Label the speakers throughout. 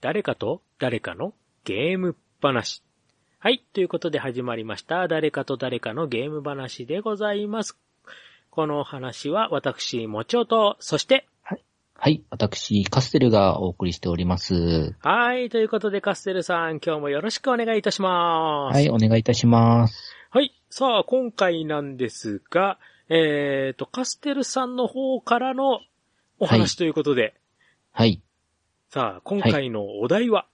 Speaker 1: 誰かと誰かのゲーム話。はい。ということで始まりました。誰かと誰かのゲーム話でございます。この話は私、もちおと、そして、
Speaker 2: はい、私、カステルがお送りしております。
Speaker 1: はい。ということでカステルさん、今日もよろしくお願いいたします。
Speaker 2: はい、お願いいたします。
Speaker 1: はい。さあ、今回なんですが、えっ、と、カステルさんの方からのお話ということで、
Speaker 2: はい。
Speaker 1: さあ、今回のお題は、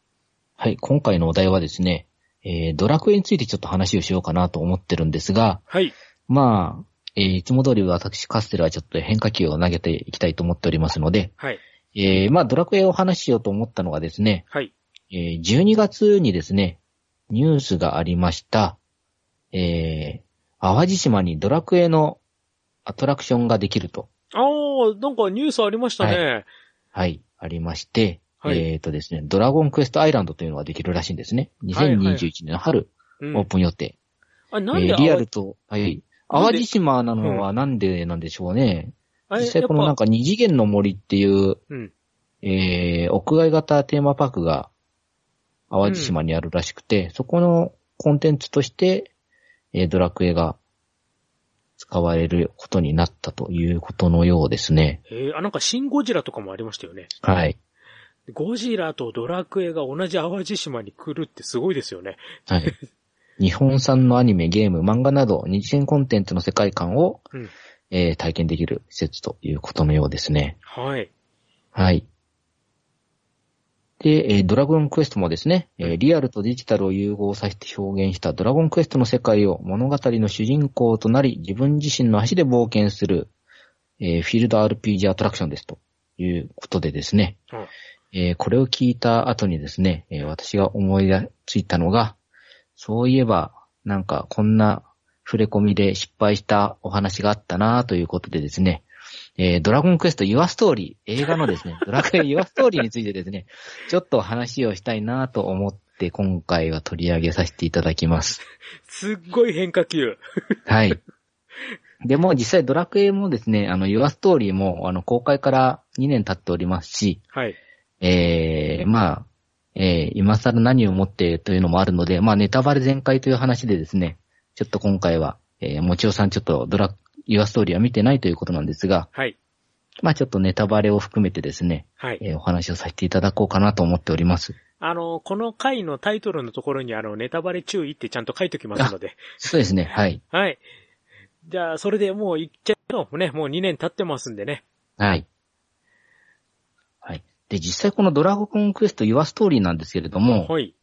Speaker 2: はい、今回のお題はですね、えー、ドラクエについてちょっと話をしようかなと思ってるんですが、
Speaker 1: はい。
Speaker 2: まあ、えー、いつも通り私、カステルはちょっと変化球を投げていきたいと思っておりますので、
Speaker 1: はい。
Speaker 2: えー、まあ、ドラクエをお話ししようと思ったのがですね、
Speaker 1: はい。
Speaker 2: えー、12月にですね、ニュースがありました、えー、淡路島にドラクエのアトラクションができると。
Speaker 1: ああ、なんかニュースありましたね。
Speaker 2: はい、ありまして、
Speaker 1: はい
Speaker 2: えっ、とですね、ドラゴンクエストアイランドというのができるらしいんですね。
Speaker 1: はいはい
Speaker 2: 2021年の春、
Speaker 1: うん
Speaker 2: オープン予定。
Speaker 1: あ、なんで
Speaker 2: え
Speaker 1: 淡
Speaker 2: ー
Speaker 1: 路、
Speaker 2: リアルと、はい。
Speaker 1: なんで
Speaker 2: 淡路島なのはなんでなんでしょうね。
Speaker 1: あれ
Speaker 2: 実際このなん、か二次元の森っていう、
Speaker 1: やっぱうん。
Speaker 2: えー、屋外型テーマパークが淡路島にあるらしくて、そこのコンテンツとして、えードラクエが使われることになったということのようですね。
Speaker 1: えー、あ、なんかシンゴジラとかもありましたよね。
Speaker 2: はい。
Speaker 1: ゴジラとドラクエが同じ淡路島に来るってすごいですよね。
Speaker 2: はい。日本産のアニメ、ゲーム、漫画など、二次元コンテンツの世界観を、
Speaker 1: うん
Speaker 2: えー体験できる施設ということのようですね。
Speaker 1: はい。
Speaker 2: はい。で、えードラゴンクエストもですね、えーリアルとデジタルを融合させて表現したドラゴンクエストの世界を物語の主人公となり、自分自身の足で冒険する、えーフィールド RPG アトラクションですということでですね、
Speaker 1: うん
Speaker 2: えーこれを聞いた後にですね、えー私が思いついたのが、そういえば、なんかこんな触れ込みで失敗したお話があったなということでですね、えードラゴンクエスト Your Story、映画のですね、ドラクエ Your Story についてですね、ちょっと話をしたいなと思って今回は取り上げさせていただきます。
Speaker 1: すっごい変化球。
Speaker 2: はい。でも実際ドラクエもですね、あの Your Story もあの公開から2年経っておりますし、
Speaker 1: はい。
Speaker 2: えー、まあ、えー、今更何をもってというのもあるので、まあネタバレ全開という話でですね、ちょっと今回は、えー、もちおさんちょっとドラ、Your Story は見てないということなんですが、
Speaker 1: はい。
Speaker 2: まあちょっとネタバレを含めてですね、
Speaker 1: はい。
Speaker 2: えーお話をさせていただこうかなと思っております。
Speaker 1: あの、この回のタイトルのところにあの、ネタバレ注意ってちゃんと書いときますので。
Speaker 2: そうですね、はい。
Speaker 1: はい。じゃあ、それでもう行っちゃうのね、もう2年経ってますんでね。
Speaker 2: はい。はい。で、実際このドラゴンクエスト Your Story なんですけれども、
Speaker 1: はい。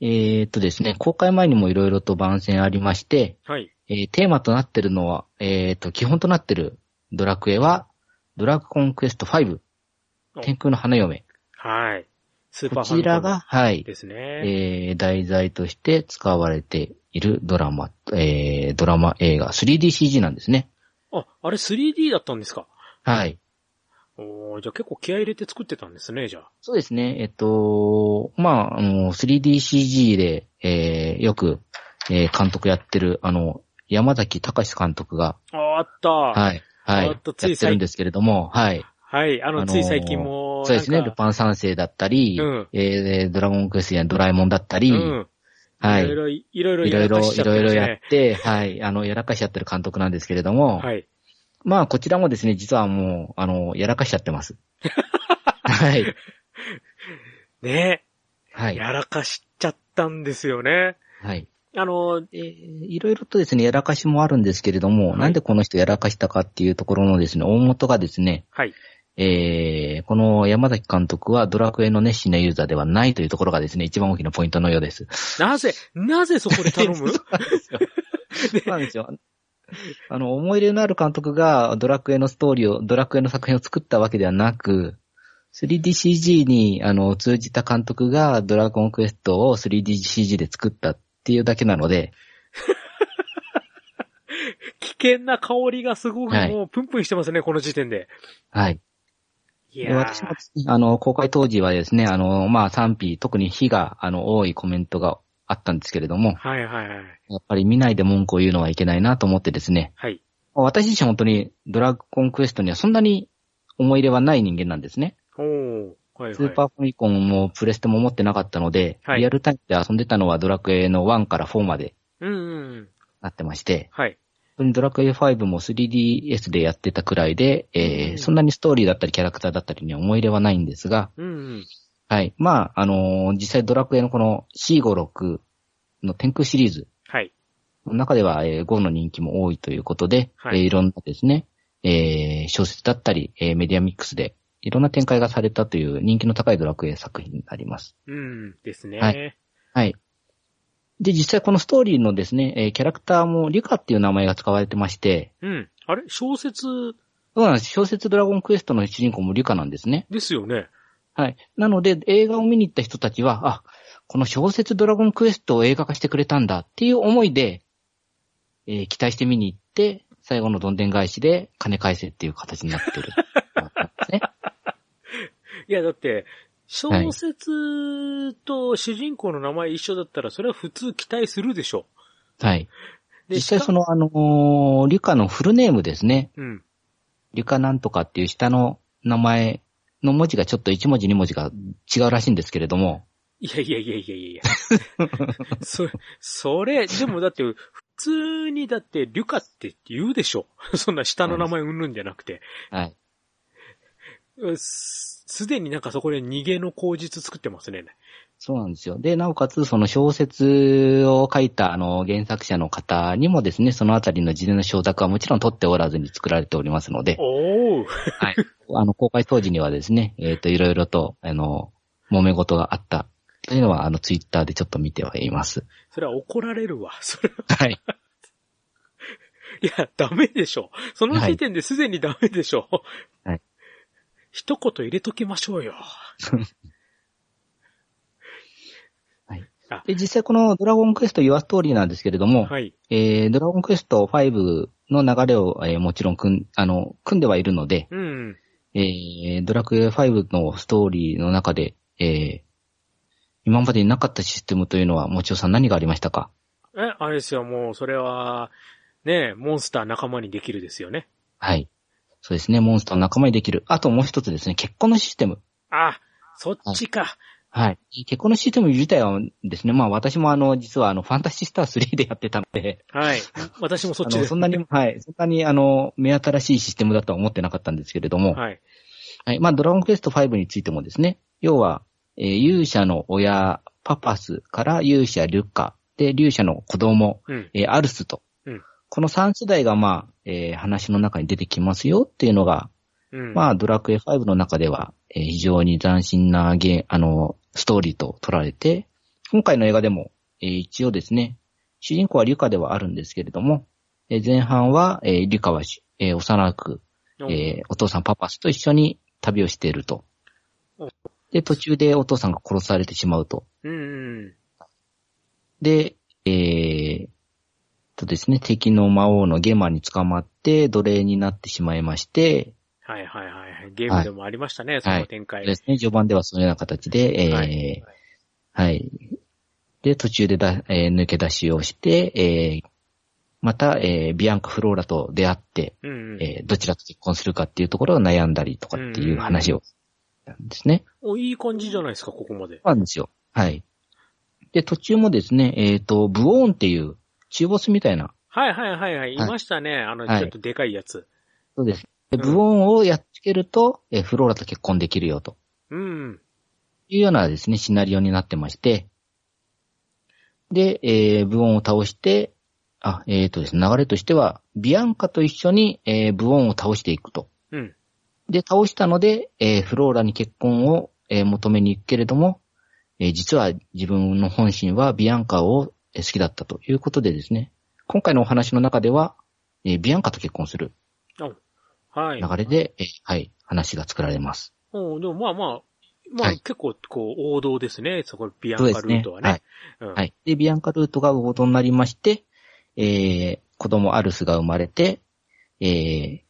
Speaker 2: えーっとですね、公開前にもいろいろと番宣ありまして、
Speaker 1: はい。
Speaker 2: えーテーマとなってるのは、えーっと、基本となってるドラクエは、ドラゴンクエスト5
Speaker 1: お、
Speaker 2: 天空の花嫁。
Speaker 1: はい。スーパ
Speaker 2: こ
Speaker 1: ーファ
Speaker 2: ち
Speaker 1: ミコ
Speaker 2: ら
Speaker 1: ンの
Speaker 2: が、はい、
Speaker 1: ですね。
Speaker 2: えー題材として使われているドラマ、えードラマ映画 3DCG なんですね。
Speaker 1: あ、あれ 3D だったんですか
Speaker 2: はい。
Speaker 1: おーじゃあ結構気合い入れて作ってたんですね、じゃあ。
Speaker 2: そうですね。えっと、まあ、あの、3DCG で、えーよく、えー監督やってる、あの、山崎隆監督が、
Speaker 1: あーあった。はい。
Speaker 2: はい、は
Speaker 1: あ
Speaker 2: い、や
Speaker 1: っとつい
Speaker 2: ってるんですけれども、はい。
Speaker 1: あの、
Speaker 2: あのー
Speaker 1: つい最近も、
Speaker 2: そうですね。
Speaker 1: なん
Speaker 2: ル
Speaker 1: か
Speaker 2: パン三世だったり、
Speaker 1: うん
Speaker 2: えードラゴンクエストやドラえもんだったり、
Speaker 1: うん。
Speaker 2: はいい。
Speaker 1: ろい
Speaker 2: い
Speaker 1: ろ、いろいろや
Speaker 2: ろいろ、い
Speaker 1: らかしちゃって
Speaker 2: ろい
Speaker 1: ま
Speaker 2: ろ
Speaker 1: す
Speaker 2: やっ
Speaker 1: ね。
Speaker 2: て、はい。あの、やらかしちゃってる監督なんですけれども、
Speaker 1: はい。
Speaker 2: まあ、こちらもですね、実はもう、あの、やらかしちゃって ます。はい。
Speaker 1: ね
Speaker 2: は
Speaker 1: え
Speaker 2: い。
Speaker 1: やらかしちゃったんですよね。
Speaker 2: はい。
Speaker 1: あのー、
Speaker 2: えーいろいろとですね、やらかしもあるんですけれども、
Speaker 1: はい
Speaker 2: なんでこの人やらかしたかっていうところのですね、大元がですね、
Speaker 1: はい。
Speaker 2: えー、この山崎監督はドラクエの熱心なユーザーではないというところがですね、一番大きなポイントのようです。
Speaker 1: なぜ、なぜそこで頼 む
Speaker 2: そうなんですよ。そうなんですよ。あの、思い入れのある監督がドラクエのストーリーを、ドラクエの作品を作ったわけではなく、3DCG にあの通じた監督がドラゴンクエストを 3DCG で作ったっていうだけなので、
Speaker 1: 危険な香りがすごく
Speaker 2: はい
Speaker 1: もうプンプンしてますね、この時点で。
Speaker 2: はい。
Speaker 1: い
Speaker 2: で
Speaker 1: や
Speaker 2: 私も
Speaker 1: ー、
Speaker 2: ですね、あの、公開当時はですね、あの、まあ、賛否、特に非が、あの、多いコメントがあったんですけれども、
Speaker 1: はいはいはい。
Speaker 2: やっぱり見ないで文句を言うのはいけないなと思ってですね、
Speaker 1: はい。
Speaker 2: 私自身本当にドラゴンクエストにはそんなに思い入れはない人間なんですね。
Speaker 1: おー。はいはい。
Speaker 2: スーパーファミコンもプレステも持ってなかったので、
Speaker 1: はい
Speaker 2: リアルタイムで遊んでたのはドラクエの1から4まで
Speaker 1: うんうんうん。
Speaker 2: なってまして、
Speaker 1: はい。
Speaker 2: 本当にドラクエ5も 3DS でやってたくらいで、えー
Speaker 1: うん
Speaker 2: そんなにストーリーだったりキャラクターだったりには思い入れはないんですが、
Speaker 1: うんうん。
Speaker 2: はい。まあ、あのー実際ドラクエのこの C56 の天空シリーズ
Speaker 1: はい。
Speaker 2: の中では、えー5の人気も多いということで、
Speaker 1: はい
Speaker 2: いえーいろんなですね、えー小説だったり、えーメディアミックスで、いろんな展開がされたという人気の高いドラクエ作品になります。
Speaker 1: うん。ですね。
Speaker 2: ははい。で、実際このストーリーのですね、えーキャラクターもリュカっていう名前が使われてまして、
Speaker 1: うん。あれ小説
Speaker 2: そうなんです。小説ドラゴンクエストの主人公もリュカなんですね。
Speaker 1: ですよね。
Speaker 2: はい。なので、映画を見に行った人たちは、あ、この小説ドラゴンクエストを映画化してくれたんだっていう思いで、えー期待して見に行って、最後のどんでん返しで金返せっていう形になってる。ね、
Speaker 1: いや、だって、小説と主人公の名前一緒だったら、それは普通期待するでしょ。
Speaker 2: はい。
Speaker 1: で
Speaker 2: 実際
Speaker 1: し
Speaker 2: そ
Speaker 1: か
Speaker 2: の、あのーリュカのフルネームですね。
Speaker 1: うん。
Speaker 2: リュカなんとかっていう下の名前の文字がちょっと1文字2文字が違うらしいんですけれども、
Speaker 1: いやいやいやいやいや いや。そ、それ、でもだって、普通にだって、リュカって言うでしょ。 そんな下の名前うんぬんじゃなくて。
Speaker 2: はい。
Speaker 1: うっすすでになんかそこで逃げの口実作ってますね。
Speaker 2: そうなんですよ。で、なおかつ、その小説を書いた、あの、原作者の方にもですね、そのあたりの事前の承諾はもちろん取っておらずに作られておりますので、
Speaker 1: おお。
Speaker 2: はい。あの、公開当時にはですね、えっ、と、いろいろと、あの、揉め事があった、というのは、あの、ツイッターでちょっと見てはいます。
Speaker 1: それは怒られるわ。それは、
Speaker 2: はい。
Speaker 1: いや、ダメでしょ。その時点ですでにダメでしょ。
Speaker 2: はい
Speaker 1: 一言入れときましょうよ。
Speaker 2: で、実際このドラゴンクエストユアストーリーなんですけれども、
Speaker 1: はい。
Speaker 2: えー、ドラゴンクエスト5の流れを、えーもちろん組ん、あの、組んではいるので、
Speaker 1: うん。
Speaker 2: えー、ドラクエ5のストーリーの中で、えー、今までになかったシステムというのは、もちおさん何がありましたか
Speaker 1: え、あれですよ、もう、それは、ねえモンスター仲間にできるですよね。
Speaker 2: はい。そうですね、モンスターを仲間にできる。あともう一つですね、結婚のシステム。
Speaker 1: あ、そっちか。
Speaker 2: はい。結婚のシステム自体はですね、まあ私もあの、実はあの、ファンタシスター3でやってたので、
Speaker 1: はい。私もそっ
Speaker 2: あ
Speaker 1: ちで
Speaker 2: の、
Speaker 1: す。
Speaker 2: そんなに、はい、そんなにあの、目新しいシステムだとは思ってなかったんですけれども、
Speaker 1: はい。
Speaker 2: はい。まあ、ドラゴンクエスト5についてもですね、要は、えー勇者の親、パパスから勇者リュッカ、で、勇者の子供、
Speaker 1: うん。
Speaker 2: えーアルスと、
Speaker 1: うん
Speaker 2: この3世代が、まあ、えー話の中に出てきますよっていうのが、
Speaker 1: うん。
Speaker 2: まあ、ドラクエ5の中では、えー非常に斬新なゲーあの、ストーリーと取られて、今回の映画でも、えー一応ですね、主人公はリュカではあるんですけれども、えー前半は、えーリュカはし、えー幼く、
Speaker 1: お
Speaker 2: えーお父さんパパスと一緒に旅をしていると
Speaker 1: うん。
Speaker 2: で、途中でお父さんが殺されてしまうと。
Speaker 1: うんうん。
Speaker 2: で、えー、とですね、敵の魔王のゲマに捕まって奴隷になってしまいまして、
Speaker 1: はいはいはい。ゲームでもありましたね、その展開。
Speaker 2: ですね、序盤ではそのような形で、えー
Speaker 1: は
Speaker 2: はいい、で、途中でだ、えー抜け出しをして、えーまた、えービアンカ・フローラと出会って、
Speaker 1: うんうん。
Speaker 2: えーどちらと結婚するかっていうところを悩んだりとかっていう話を、なんですね。
Speaker 1: お、いい感じじゃないですか、ここまで。
Speaker 2: そうなんですよ。はい。で、途中もですね、えっ、と、ブオーンっていう中ボスみたいな、
Speaker 1: はいはいはいはい。いましたね。あの、
Speaker 2: はい
Speaker 1: ちょっとでかいやつ。
Speaker 2: そうです。で
Speaker 1: うん
Speaker 2: ブオーンをやっつけると、えーフローラと結婚できるよと
Speaker 1: うん。
Speaker 2: いうようなですね、シナリオになってまして、で、えー、ブオーンを倒して、あ、えっ、とですね、流れとしては、ビアンカと一緒に、えー、ブオーンを倒していくと。
Speaker 1: うん。
Speaker 2: で、倒したので、えーフローラに結婚を、えー求めに行くけれども、えー実は自分の本心はビアンカをえー好きだったということでですね、今回のお話の中では、えービアンカと結婚する
Speaker 1: はい。
Speaker 2: 流れで、えーはい、話が作られます。
Speaker 1: うん、でもまあまあ、まあ、
Speaker 2: はい
Speaker 1: 結構、こう、王道ですね。そこ、ビアン
Speaker 2: そうで
Speaker 1: カ
Speaker 2: す
Speaker 1: ルー
Speaker 2: ね。
Speaker 1: トは
Speaker 2: はい
Speaker 1: ね。。うん
Speaker 2: はい。で、ビアンカルートが王道になりまして、えー、子供アルスが生まれて、えー、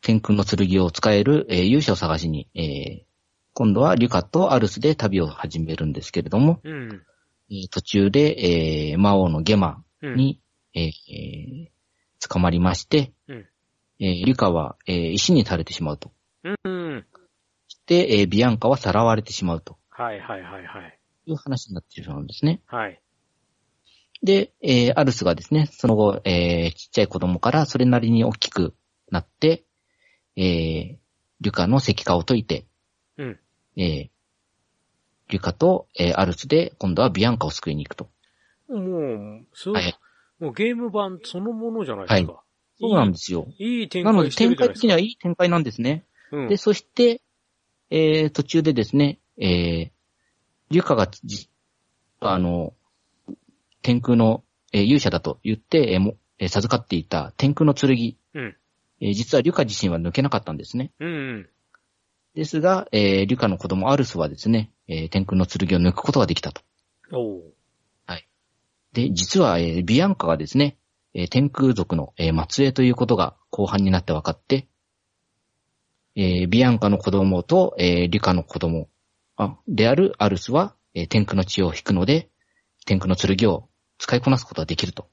Speaker 2: 天空の剣を使える、えー勇者を探しに、えー、今度はリュカとアルスで旅を始めるんですけれども、
Speaker 1: うん。
Speaker 2: えー途中で、えー、魔王のゲマ
Speaker 1: うん。
Speaker 2: に、えーえー捕まりまして、
Speaker 1: うん
Speaker 2: えーリュカは、えー石に垂れてしまうと。
Speaker 1: うん。うん。
Speaker 2: して、えービアンカはさらわれてしまうと
Speaker 1: はいはいはいはい。
Speaker 2: いう話になってしまうんですね。
Speaker 1: はい。
Speaker 2: で、えーアルスがですね、その後、えーちっちゃい子供からそれなりに大きくなって、えーリュカの石化を解いて、
Speaker 1: うん。
Speaker 2: えーリュカと、えーアルスで今度はビアンカを救いに行くと。
Speaker 1: もう、すご
Speaker 2: はいい。
Speaker 1: もうゲーム版そのものじゃないですか。
Speaker 2: そうなん
Speaker 1: で
Speaker 2: ですよ。
Speaker 1: す。いい展
Speaker 2: なので
Speaker 1: 開して
Speaker 2: 展
Speaker 1: るじゃないです
Speaker 2: 開的に
Speaker 1: か。
Speaker 2: はいい展開なんですね。
Speaker 1: うん
Speaker 2: で、そして、えー、途中でですね、えー、リュカがじ、あの、天空の、えー勇者だと言って、えーもえー授かっていた天空の剣、
Speaker 1: うん。
Speaker 2: えー実はリュカ自身は抜けなかったんですね。
Speaker 1: うんうん。
Speaker 2: ですが、えーリュカの子供アルスはですね、えー天空の剣を抜くことができたと。
Speaker 1: おう
Speaker 2: で、実は、えービアンカがですね、えー天空族の、えー末裔ということが後半になって分かって、えービアンカの子供と、えーリカの子供あであるアルスは、えー天空の血を引くので、天空の剣を使いこなすことができると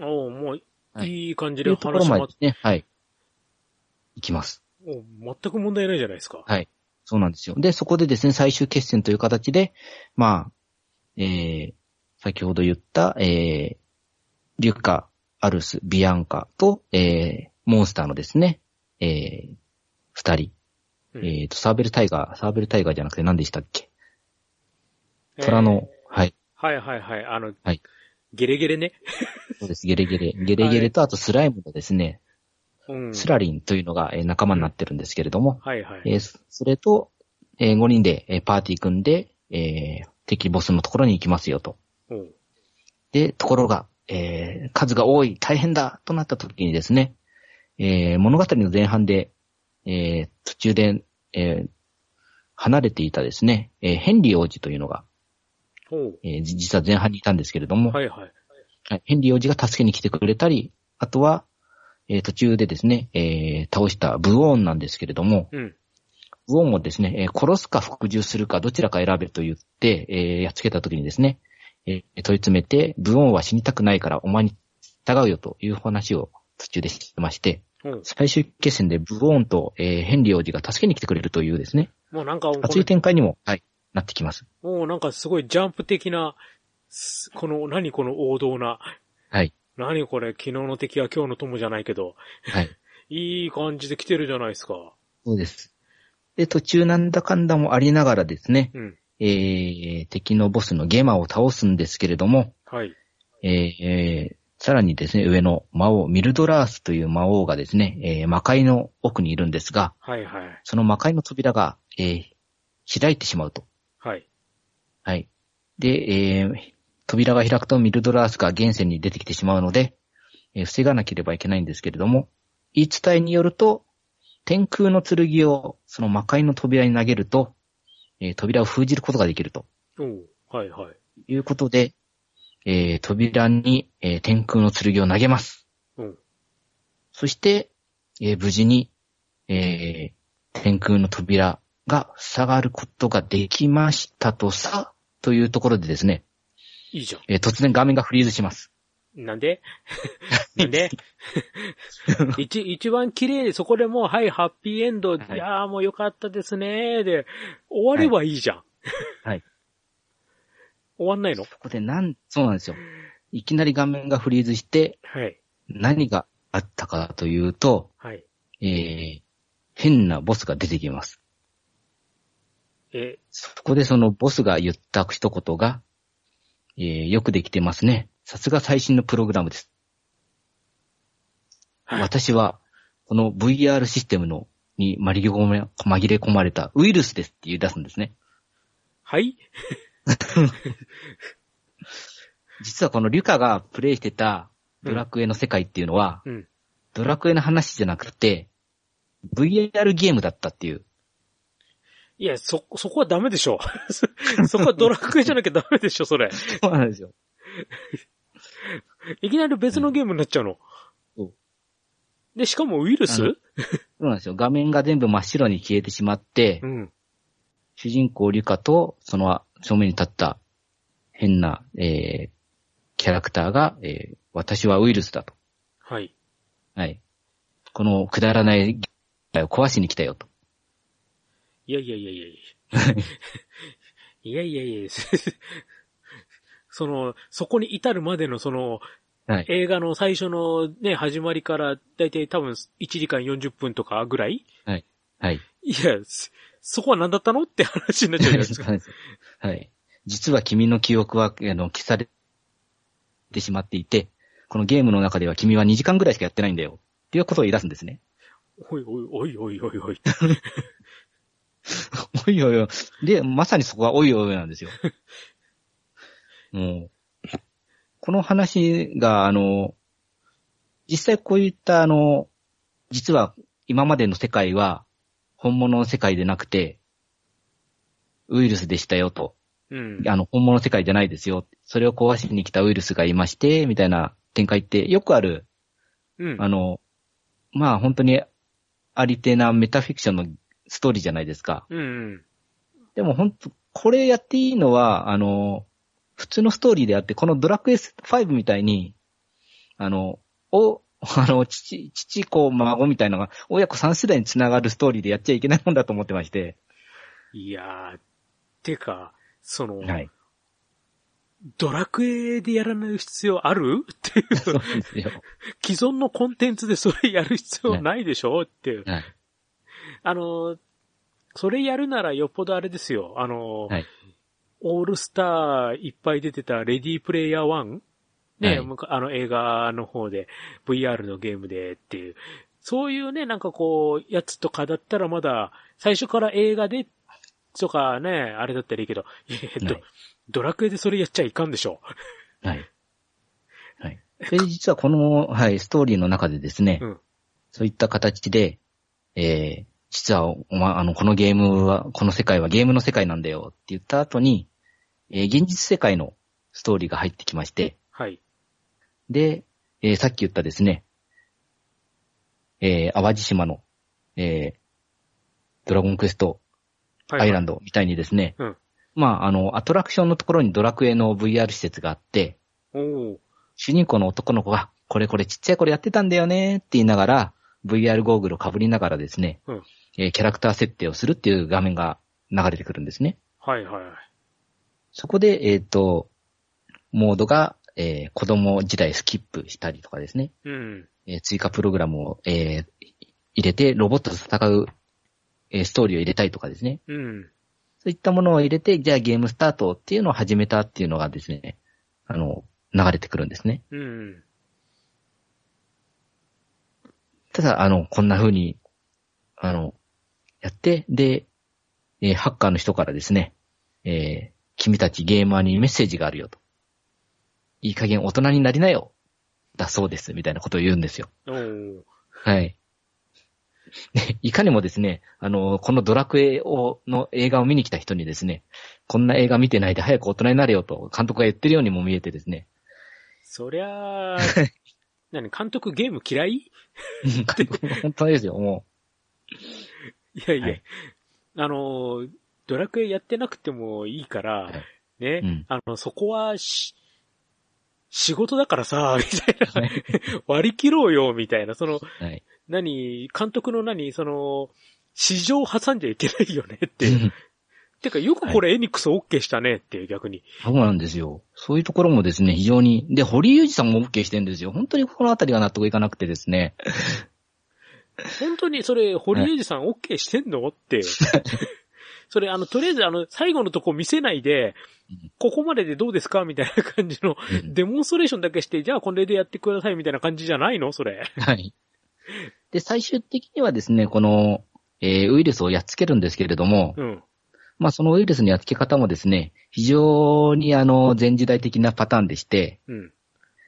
Speaker 1: おうもう、
Speaker 2: はい
Speaker 1: いい感じ
Speaker 2: い
Speaker 1: で
Speaker 2: うところ
Speaker 1: 話
Speaker 2: ま
Speaker 1: ま
Speaker 2: でですね、はい。いきます。
Speaker 1: おう全く問題ないじゃないですか。
Speaker 2: はい。そうなんですよ。で、そこでですね、最終決戦という形で、まあ、えー先ほど言った、えーリュッカ、アルス、ビアンカと、えーモンスターのですね、えー二人、
Speaker 1: うん
Speaker 2: えーと、サーベルタイガー、サーベルタイガーじゃなくて何でしたっけ
Speaker 1: えー
Speaker 2: 虎の、はい、
Speaker 1: はいはいはい。あの、
Speaker 2: はい
Speaker 1: ゲレゲレね。
Speaker 2: そうです、ゲレゲレ。ゲレゲレと、あとスライムのですね、
Speaker 1: うん。
Speaker 2: スラリンというのが、えー仲間になってるんですけれども、
Speaker 1: はいはい。
Speaker 2: えーそそれと、え5人で、えーパーティー組んで、えー敵ボスのところに行きますよと。
Speaker 1: おう
Speaker 2: で、ところが、えー数が多い、大変だ、となった時にですね、えー物語の前半で、えー途中で、えー離れていたですね、えーヘンリー王子というのが、
Speaker 1: おう
Speaker 2: えーじ実は前半にいたんですけれども、
Speaker 1: はいはい。
Speaker 2: はいヘンリー王子が助けに来てくれたり、あとは、えー途中でですね、えー倒したブオーンなんですけれども、
Speaker 1: うん。
Speaker 2: ブオーンをですね、えー殺すか服従するかどちらか選べと言って、えーやっつけた時にですね、えー問い詰めて、ブオーンは死にたくないからお前に従うよという話を途中でしてまして、
Speaker 1: おう
Speaker 2: 最終決戦でブオーンと、えーヘンリー王子が助けに来てくれるというですね、
Speaker 1: もうなんか、この
Speaker 2: 熱い展開にも、はい、なってきます。
Speaker 1: もうなんかすごいジャンプ的な、すこの、何この王道な、
Speaker 2: はい、
Speaker 1: 何これ、昨日の敵は今日の友じゃないけど、
Speaker 2: はい。
Speaker 1: いい感じで来てるじゃないですか。
Speaker 2: そうです。で、途中なんだかんだもありながらですね、
Speaker 1: うん。
Speaker 2: えー敵のボスのゲマを倒すんですけれども、
Speaker 1: はい。
Speaker 2: えーえーさらにですね、上の魔王、ミルドラースという魔王がですね、えー魔界の奥にいるんですが、
Speaker 1: はいはい。
Speaker 2: その魔界の扉が、えー開いてしまうと。
Speaker 1: はい。
Speaker 2: はい。で、えー扉が開くとミルドラースが現世に出てきてしまうので、えー防がなければいけないんですけれども、言い伝えによると、天空の剣をその魔界の扉に投げると、えー扉を封じることができると。
Speaker 1: おうはいはい。
Speaker 2: ということで、えー扉に、えー天空の剣を投げます。
Speaker 1: うん。
Speaker 2: そして、えー無事に、えー天空の扉が塞がることができましたとさ、というところでですね、
Speaker 1: いいじゃ
Speaker 2: えー突然画面がフリーズします。
Speaker 1: ん。なんで なんで 一、一番綺麗で、そこでもう、はい、ハッピーエンド、
Speaker 2: はい
Speaker 1: い、やーもう良かったですねーで、終わればいいじゃん。
Speaker 2: はい。
Speaker 1: 終わんないの
Speaker 2: ここでなん、そうなんですよ。いきなり画面がフリーズして、
Speaker 1: はい。
Speaker 2: 何があったかというと、
Speaker 1: はい。
Speaker 2: えー変なボスが出てきます。
Speaker 1: え、
Speaker 2: そこでそのボスが言った一言が、えーよくできてますね。さすが最新のプログラムです。
Speaker 1: はい
Speaker 2: 私は、この VR システムの、に紛れ込ま紛れ込まれたウイルスですって言い出すんですね。
Speaker 1: はい
Speaker 2: 実はこのリュカがプレイしてたドラクエの世界っていうのは、
Speaker 1: うん。
Speaker 2: ドラクエの話じゃなくて、VR ゲームだったっていう。
Speaker 1: いや、そ、そこはダメでしょ。 そそこはドラクエじゃなきゃダメでしょ、 それ。
Speaker 2: そうなんですよ。
Speaker 1: いきなり別のゲームになっちゃうの。
Speaker 2: そう
Speaker 1: で、しかもウイル
Speaker 2: あの
Speaker 1: ス
Speaker 2: そうなんですよ。画面が全部真っ白に消えてしまって、
Speaker 1: うん。
Speaker 2: 主人公リュカと、その正面に立った変な、えーキャラクターが、えー私はウイルスだと。
Speaker 1: はい。
Speaker 2: はい。このくだらないを壊しに来たよと。
Speaker 1: いやいやいやいやい や。いやいや いや。その、そこに至るまでのその、
Speaker 2: はい。
Speaker 1: 映画の最初のね、始まりから、だいたい多分1時間40分とかぐらい
Speaker 2: はい。
Speaker 1: いや、そそこは何だったのって話になっちゃうじゃない ですか。
Speaker 2: はい。実は君の記憶は、あの、消されてしまっていて、このゲームの中では君は2時間ぐらいしかやってないんだよ。っていうことを言い出すんですね。
Speaker 1: おいおいおいおいおいおい。
Speaker 2: おいおいおい。で、まさにそこはおいおいおいなん ですよ。もう、この話が、あの、実際こういった、あの、実は今までの世界は本物の世界でなくて、ウイルスでしたよと。
Speaker 1: うん。
Speaker 2: あの、本物の世界じゃないですよ。それを壊しに来たウイルスがいまして、みたいな展開ってよくある、
Speaker 1: うん。
Speaker 2: あの、まあ本当にありてなメタフィクションのストーリーじゃないですか。
Speaker 1: うんうん。
Speaker 2: でも本当、これやっていいのは、あの、普通のストーリーであって、このドラクエ5みたいに、あの、お、あの、父、父、子、孫みたいなのが、親子3世代につながるストーリーでやっちゃいけないもんだと思ってまして。
Speaker 1: いやー、てか、その、
Speaker 2: はい。
Speaker 1: ドラクエでやらない必要あるっていう、
Speaker 2: そうですよ。
Speaker 1: 既存のコンテンツでそれやる必要ないでしょっていう。
Speaker 2: はい。
Speaker 1: あの、それやるならよっぽどあれですよ。あの、
Speaker 2: はい
Speaker 1: オールスターいっぱい出てたレディープレイヤー1ね、
Speaker 2: はい
Speaker 1: むかあの映画の方で VR のゲームでっていう。そういうね、なんかこう、やつとかだったらまだ、最初から映画で、とかね、あれだったらいいけど、えっと、
Speaker 2: はい
Speaker 1: ドラクエでそれやっちゃいかんでしょ。
Speaker 2: はい。はい。で、実はこの、はい、ストーリーの中でですね、
Speaker 1: うん
Speaker 2: そういった形で、えー、実はお、おま、あの、このゲームは、この世界はゲームの世界なんだよって言った後に、えー現実世界のストーリーが入ってきまして、
Speaker 1: はい。
Speaker 2: で、えーさっき言ったですね、えー、淡路島の、えー、ドラゴンクエスト
Speaker 1: はい、
Speaker 2: アイランドみたいにですね、
Speaker 1: うん
Speaker 2: まあ、あの、アトラクションのところにドラクエの VR 施設があって、
Speaker 1: おー
Speaker 2: 主人公の男の子が、これこれちっちゃい頃やってたんだよねって言いながら、VR ゴーグルを被りながらですね、
Speaker 1: うん
Speaker 2: えーキャラクター設定をするっていう画面が流れてくるんですね。
Speaker 1: はいはいはい。
Speaker 2: そこで、えっ、と、モードが、えー子供時代スキップしたりとかですね、
Speaker 1: うん。
Speaker 2: えー追加プログラムを、えー入れて、ロボットと戦う、えーストーリーを入れたりとかですね。
Speaker 1: うん。
Speaker 2: そういったものを入れて、じゃあゲームスタートっていうのを始めたっていうのがですね、あの、流れてくるんですね。
Speaker 1: うん。
Speaker 2: ただ、あの、こんな風に、あの、やって、で、えーハッカーの人からですね、えー君たちゲーマーにメッセージがあるよと。いい加減大人になりなよ。だそうです、みたいなことを言うんですよ。
Speaker 1: おー
Speaker 2: はい。でいかにもですね、あの、このドラクエを、の映画を見に来た人にですね、こんな映画見てないで早く大人になれよと、監督が言ってるようにも見えてですね、
Speaker 1: そりゃあ、何、監督ゲーム嫌い
Speaker 2: 監督も本当ですよ、も
Speaker 1: いやいや、
Speaker 2: はい
Speaker 1: あの、ドラクエやってなくてもいいから、
Speaker 2: い
Speaker 1: ね、
Speaker 2: うん
Speaker 1: あの、そこはし、仕事だからさ、 みたいな、
Speaker 2: う。はい。
Speaker 1: 割り切ろうよ、みたいな、その、
Speaker 2: はい
Speaker 1: 何、監督の何、その、市場挟んじゃいけないよねって。てか、よくこれエニックス OK したねっていう、逆に。
Speaker 2: そうなんですよ。そういうところもですね、非常に。で、堀井裕二さんも OK してるんですよ。本当にこのあたりが納得いかなくてですね。
Speaker 1: 本当にそれ、堀江二さん OK してんのって。 それ、あの、とりあえず、あの、最後のとこ見せないで
Speaker 2: うん、
Speaker 1: ここまででどうですかみたいな感じの、
Speaker 2: うん
Speaker 1: デモンストレーションだけして、じゃあこれでやってくださいみたいな感じじゃないのそれ。
Speaker 2: はい。で、最終的にはですね、この、えーウイルスをやっつけるんですけれども、
Speaker 1: うん。
Speaker 2: まあそのウイルスのやっつけ方もですね、非常にあの、前時代的なパターンでして、
Speaker 1: うん。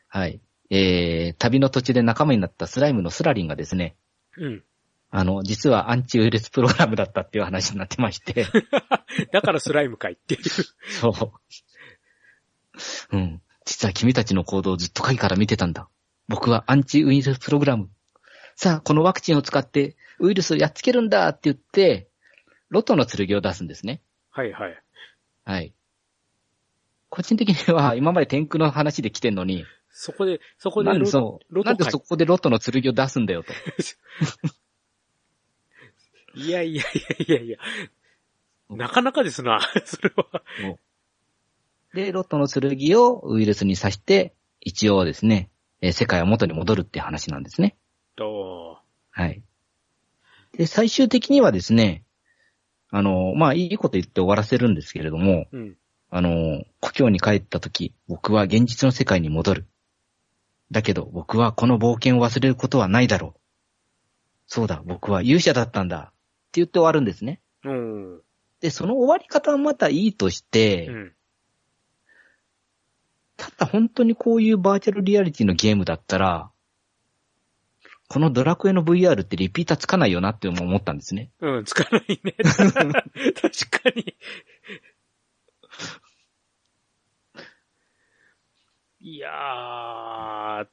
Speaker 2: はい。えー、旅の途中で仲間になったスライムのスラリンがですね、
Speaker 1: うん。
Speaker 2: あの、実はアンチウイルスプログラムだったっていう話になってまして。
Speaker 1: だからスライムかいっていう。
Speaker 2: そう。うん。実は君たちの行動をずっと鍵から見てたんだ。僕はアンチウイルスプログラム。さあ、このワクチンを使ってウイルスをやっつけるんだって言って、ロトの剣を出すんですね。
Speaker 1: はいはい。
Speaker 2: はい。個人的には今まで天空の話で来てんのに、
Speaker 1: そこで、そこで
Speaker 2: なんで
Speaker 1: ロ、
Speaker 2: そ
Speaker 1: ロ
Speaker 2: う、
Speaker 1: ト
Speaker 2: なんで
Speaker 1: 会
Speaker 2: そこでロトの剣を出すんだよと。
Speaker 1: いやいやいやいやいや。なかなかですな、 それは。
Speaker 2: で、ロットの剣をウイルスに刺して、一応ですね、えー世界は元に戻るって話なんですね。
Speaker 1: と、
Speaker 2: はい。で、最終的にはですね、あの、まあ、いいこと言って終わらせるんですけれども、
Speaker 1: うん。
Speaker 2: あの、故郷に帰った時、僕は現実の世界に戻る。だけど、僕はこの冒険を忘れることはないだろう。そうだ、僕は勇者だったんだ。って言って終わるんですね。
Speaker 1: うん。
Speaker 2: で、その終わり方はまたいいとして、
Speaker 1: うん。
Speaker 2: ただ本当にこういうバーチャルリアリティのゲームだったら、このドラクエの VR ってリピーターつかないよなって思ったんですね。
Speaker 1: うん、つかないね。 確かに。いやー、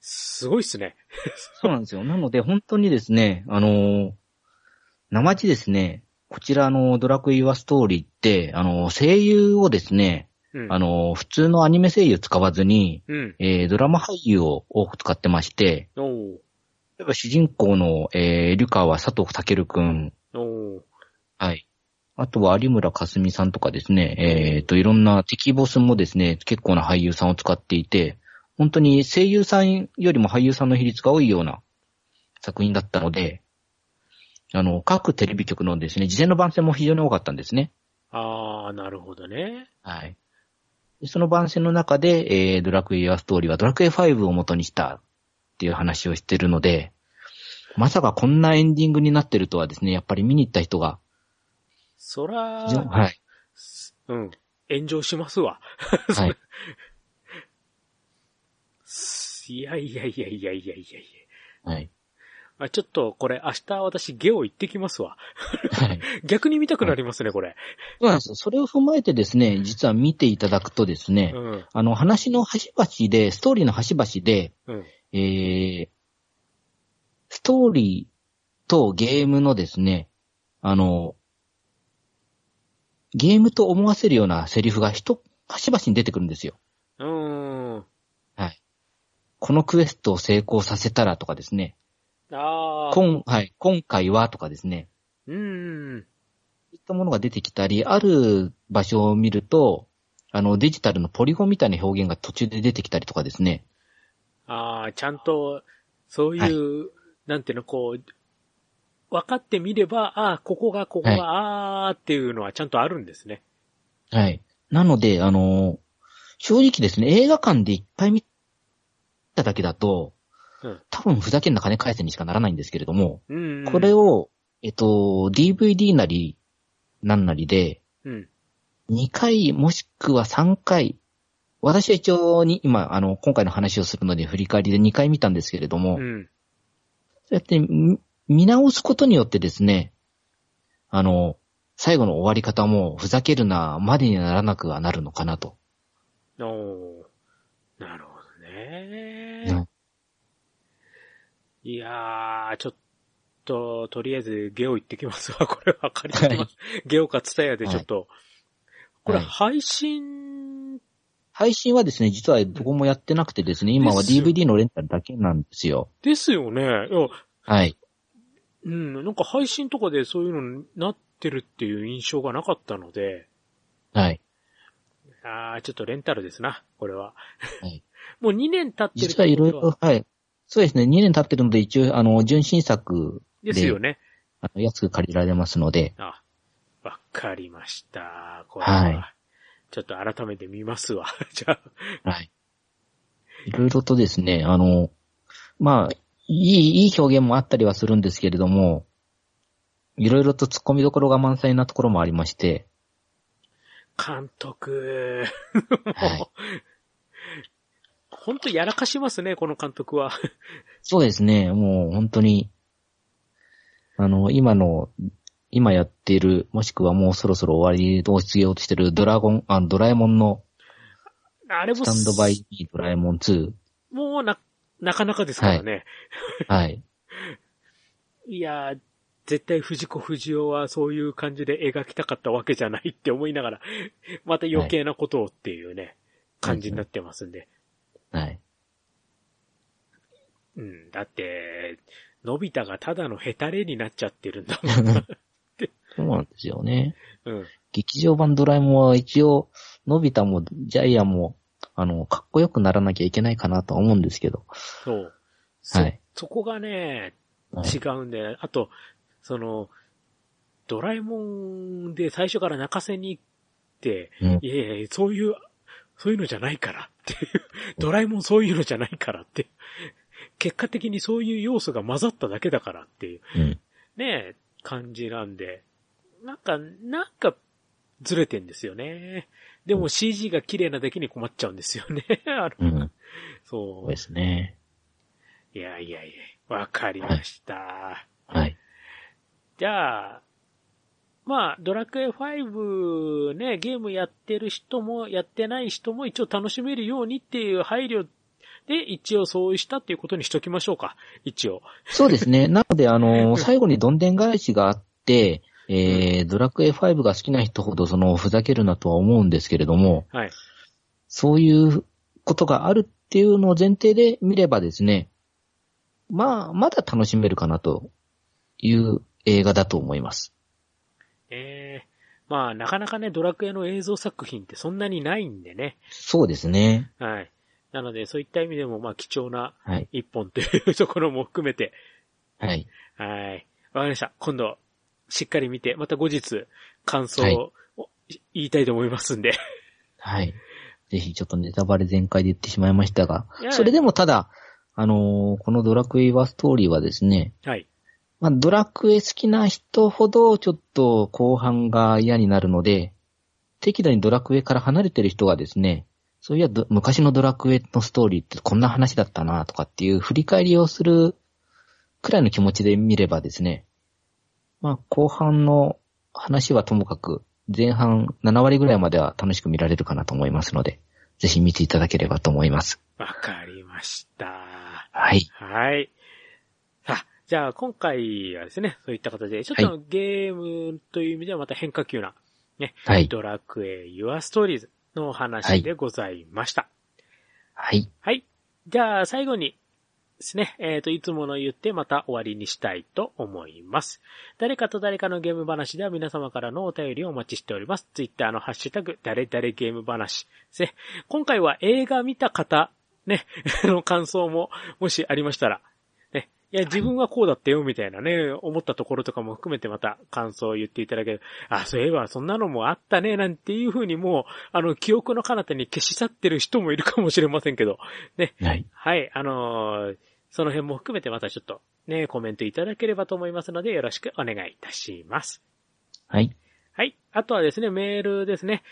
Speaker 1: すごいっすね。
Speaker 2: そうなんですよ。なので本当にですね、あのー、生地ですね、こちらのドラクエユアストーリーって、あのー、声優をですね、
Speaker 1: うん。
Speaker 2: あのー、普通のアニメ声優使わずに、
Speaker 1: うん。
Speaker 2: えードラマ俳優を多く使ってまして、
Speaker 1: おー、
Speaker 2: 例えば主人公の、えー、リュカは佐藤健くん、
Speaker 1: おー、
Speaker 2: はい。あとは有村架純さんとかですね、えっ、と、いろんな敵ボスもですね、結構な俳優さんを使っていて、本当に声優さんよりも俳優さんの比率が多いような作品だったので、あの、各テレビ局のですね、事前の番宣も非常に多かったんですね。
Speaker 1: あー、なるほどね。
Speaker 2: はい。でその番宣の中で、えードラクエユアストーリーはドラクエ5を元にしたっていう話をしてるので、まさかこんなエンディングになってるとはですね、やっぱり見に行った人が、
Speaker 1: そら、
Speaker 2: はい。
Speaker 1: うん。炎上しますわ。
Speaker 2: はい。
Speaker 1: いやいやいやいやいやいやいや。
Speaker 2: はい。
Speaker 1: あ、ちょっとこれ明日私ゲオ行ってきますわ。
Speaker 2: はい。
Speaker 1: 逆に見たくなりますね、これ。
Speaker 2: そうなんですよ。それを踏まえてですね、実は見ていただくとですね、
Speaker 1: うん。
Speaker 2: あの、話の端々で、ストーリーの端々で、
Speaker 1: うん。
Speaker 2: えー、ストーリーとゲームのですね、あの、ゲームと思わせるようなセリフが一、端々に出てくるんですよ。
Speaker 1: うーん。
Speaker 2: はい。このクエストを成功させたらとかですね、
Speaker 1: ああ。
Speaker 2: 今、はい、今回はとかですね、
Speaker 1: うーん。
Speaker 2: そういったものが出てきたり、ある場所を見ると、あの、デジタルのポリゴンみたいな表現が途中で出てきたりとかですね。
Speaker 1: ああ、ちゃんと、そういう、なんていうの、こう、分かってみれば、ああ、ここが、ここが、
Speaker 2: はい
Speaker 1: ああっていうのはちゃんとあるんですね。
Speaker 2: はい。なので、あの、正直ですね、映画館でいっぱい見ただけだと
Speaker 1: うん、
Speaker 2: 多分ふざけんな金返せにしかならないんですけれども、
Speaker 1: うん。
Speaker 2: これ、を、えっと、DVD なり、なんなりで、
Speaker 1: うん。
Speaker 2: 2回もしくは3回、私は一応に、今、あの、今回の話をするので振り返りで2回見たんですけれども、
Speaker 1: うん。
Speaker 2: そうやってみ見直すことによってですね、あの、最後の終わり方もふざけるなまでにならなくはなるのかなと。
Speaker 1: おーなるほどね。
Speaker 2: はい
Speaker 1: いやー、ちょっと、とりあえず、ゲオ行ってきますわ。 これわかります。
Speaker 2: はい
Speaker 1: ゲオかツタヤでちょっと。これ、
Speaker 2: はい
Speaker 1: 配信、
Speaker 2: 配信はですね、実はどこもやってなくてですね、今は
Speaker 1: ですよ
Speaker 2: DVD のレンタルだけなんですよ。
Speaker 1: ですよね。いや
Speaker 2: はい。
Speaker 1: うん、なんか配信とかでそういうのになってるっていう印象がなかったので、
Speaker 2: はい。
Speaker 1: あー、ちょっとレンタルですな、これは。
Speaker 2: はい
Speaker 1: もう2年経ってる
Speaker 2: 実はいろい
Speaker 1: ってことは
Speaker 2: ろ、はい。そうですね、2年経ってるので、一応、あの、純真作、
Speaker 1: ですよね。
Speaker 2: あの安く借りられますので、
Speaker 1: あ、わかりました。これは、
Speaker 2: はい
Speaker 1: ちょっと改めて見ますわ。 じゃあ、
Speaker 2: はい。いろいろとですね、あの、まあ、いい、いい表現もあったりはするんですけれども、いろいろと突っ込みどころが満載なところもありまして、
Speaker 1: 監督、
Speaker 2: はい。
Speaker 1: ほんとやらかしますね、この監督は。
Speaker 2: そうですね、もう本当に、あの、今の、今やっている、もしくはもうそろそろ終わりを告げようとしてるドラゴン、あの、ドラえもんの、
Speaker 1: あれも
Speaker 2: スタンドバイミードラえもん2。
Speaker 1: もうな、なかなかですからね。
Speaker 2: はい。
Speaker 1: いやー、絶対藤子不二雄はそういう感じで描きたかったわけじゃないって思いながら、 また余計なことをっていうね、感じになってますんで。
Speaker 2: はい。
Speaker 1: うん、だって、のび太がただのヘタレになっちゃってるんだもん。
Speaker 2: そうなんですよね。
Speaker 1: うん。
Speaker 2: 劇場版ドラえもんは一応、のび太もジャイアンも、あの、かっこよくならなきゃいけないかなとは思うんですけど。
Speaker 1: そう。そ、
Speaker 2: はい
Speaker 1: そこがね、
Speaker 2: はい
Speaker 1: 違うんだよね。あと、その、ドラえもんで最初から泣かせに行って、
Speaker 2: うん
Speaker 1: いやいや、そういう、そういうのじゃないからっていう、ドラえもんそういうのじゃないからって、結果的にそういう要素が混ざっただけだからっていう、
Speaker 2: うん。
Speaker 1: ねえ、感じなんで、なんか、なんか、ずれてんですよね。でも CG が綺麗なだけに困っちゃうんですよね。 あ
Speaker 2: う
Speaker 1: の
Speaker 2: ん。そう
Speaker 1: そ
Speaker 2: ですね。
Speaker 1: う。いやいやいや、わかりました。
Speaker 2: はい。
Speaker 1: じゃあ、まあ、ドラクエ5ね、ゲームやってる人も、やってない人も一応楽しめるようにっていう配慮で、一応そうしたっていうことにしときましょうか。一応。
Speaker 2: そうですね。なので、あの、最後にどんでん返しがあって、えー、ドラクエ5が好きな人ほど、その、ふざけるなとは思うんですけれども、
Speaker 1: はい。
Speaker 2: そういうことがあるっていうのを前提で見ればですね、まあ、まだ楽しめるかなという映画だと思います。
Speaker 1: ええまあ、なかなかね、ドラクエの映像作品ってそんなにないんでね。
Speaker 2: そうですね。
Speaker 1: はい。なので、そういった意味でも、まあ、貴重な
Speaker 2: はい。
Speaker 1: 一本というところも含めて、
Speaker 2: はい。
Speaker 1: はい。わかりました。今度、しっかり見て、また後日、感想を、い言いたいと思いますんで。
Speaker 2: はい。ぜひ、ちょっとネタバレ全開で言ってしまいましたが
Speaker 1: いや、
Speaker 2: それでもただ、あのーこのドラクエはストーリーはですね、
Speaker 1: はい。
Speaker 2: まあ、ドラクエ好きな人ほどちょっと後半が嫌になるので、適度にドラクエから離れてる人がですね、そういやど昔のドラクエのストーリーってこんな話だったなとかっていう振り返りをするくらいの気持ちで見ればですね、まあ後半の話はともかく前半7割ぐらいまでは楽しく見られるかなと思いますので、ぜひ見ていただければと思います。
Speaker 1: わかりました。
Speaker 2: はい。
Speaker 1: はい。さあ、じゃあ今回はですね、そういった形で、ちょっ
Speaker 2: は
Speaker 1: とゲームという意味ではまた変化球な、
Speaker 2: はい。
Speaker 1: ドラクエ Your Stories のお話でございました。
Speaker 2: はい。
Speaker 1: はい。じゃあ、最後にですね、えっ、と、いつもの言ってまた終わりにしたいと思います。誰かと誰かのゲーム話では皆様からのお便りをお待ちしております。ツイッターのハッシュタグ、誰々ゲーム話ですね。今回は映画見た方、ね、 あの感想も、もしありましたら、ね、いや、自分はこうだったよ、みたいなね、思ったところとかも含めてまた感想を言っていただける。あ、そういえば、そんなのもあったね、なんていうふうにもう、あの、記憶の彼方に消し去ってる人もいるかもしれませんけど、
Speaker 2: はい。
Speaker 1: はい、あのーその辺も含めてまたちょっとね、コメントいただければと思いますので、よろしくお願いいたします。
Speaker 2: はい。
Speaker 1: はい。あとはですね、メールですね。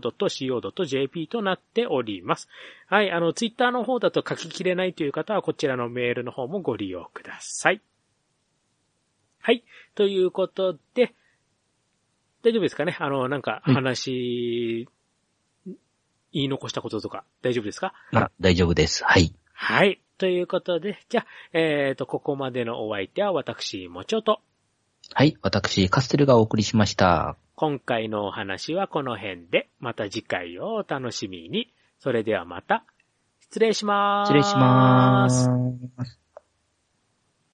Speaker 1: mochiogame,dai,sukidx,yahoo.co.jp となっております。はい。あの、ツイッターの方だと書ききれないという方は、こちらのメールの方もご利用ください。はい。ということで、大丈夫ですかねあの、なんか
Speaker 2: はい
Speaker 1: 話、言い残したこととか、大丈夫ですか
Speaker 2: あ、大丈夫です。はい。
Speaker 1: はい。ということで、じゃあ、えー、と、ここまでのお相手は私、もちょと。
Speaker 2: はい、私、カステルがお送りしました。
Speaker 1: 今回のお話はこの辺で、また次回をお楽しみに。それではまた、失礼しまーす。
Speaker 2: 失礼します。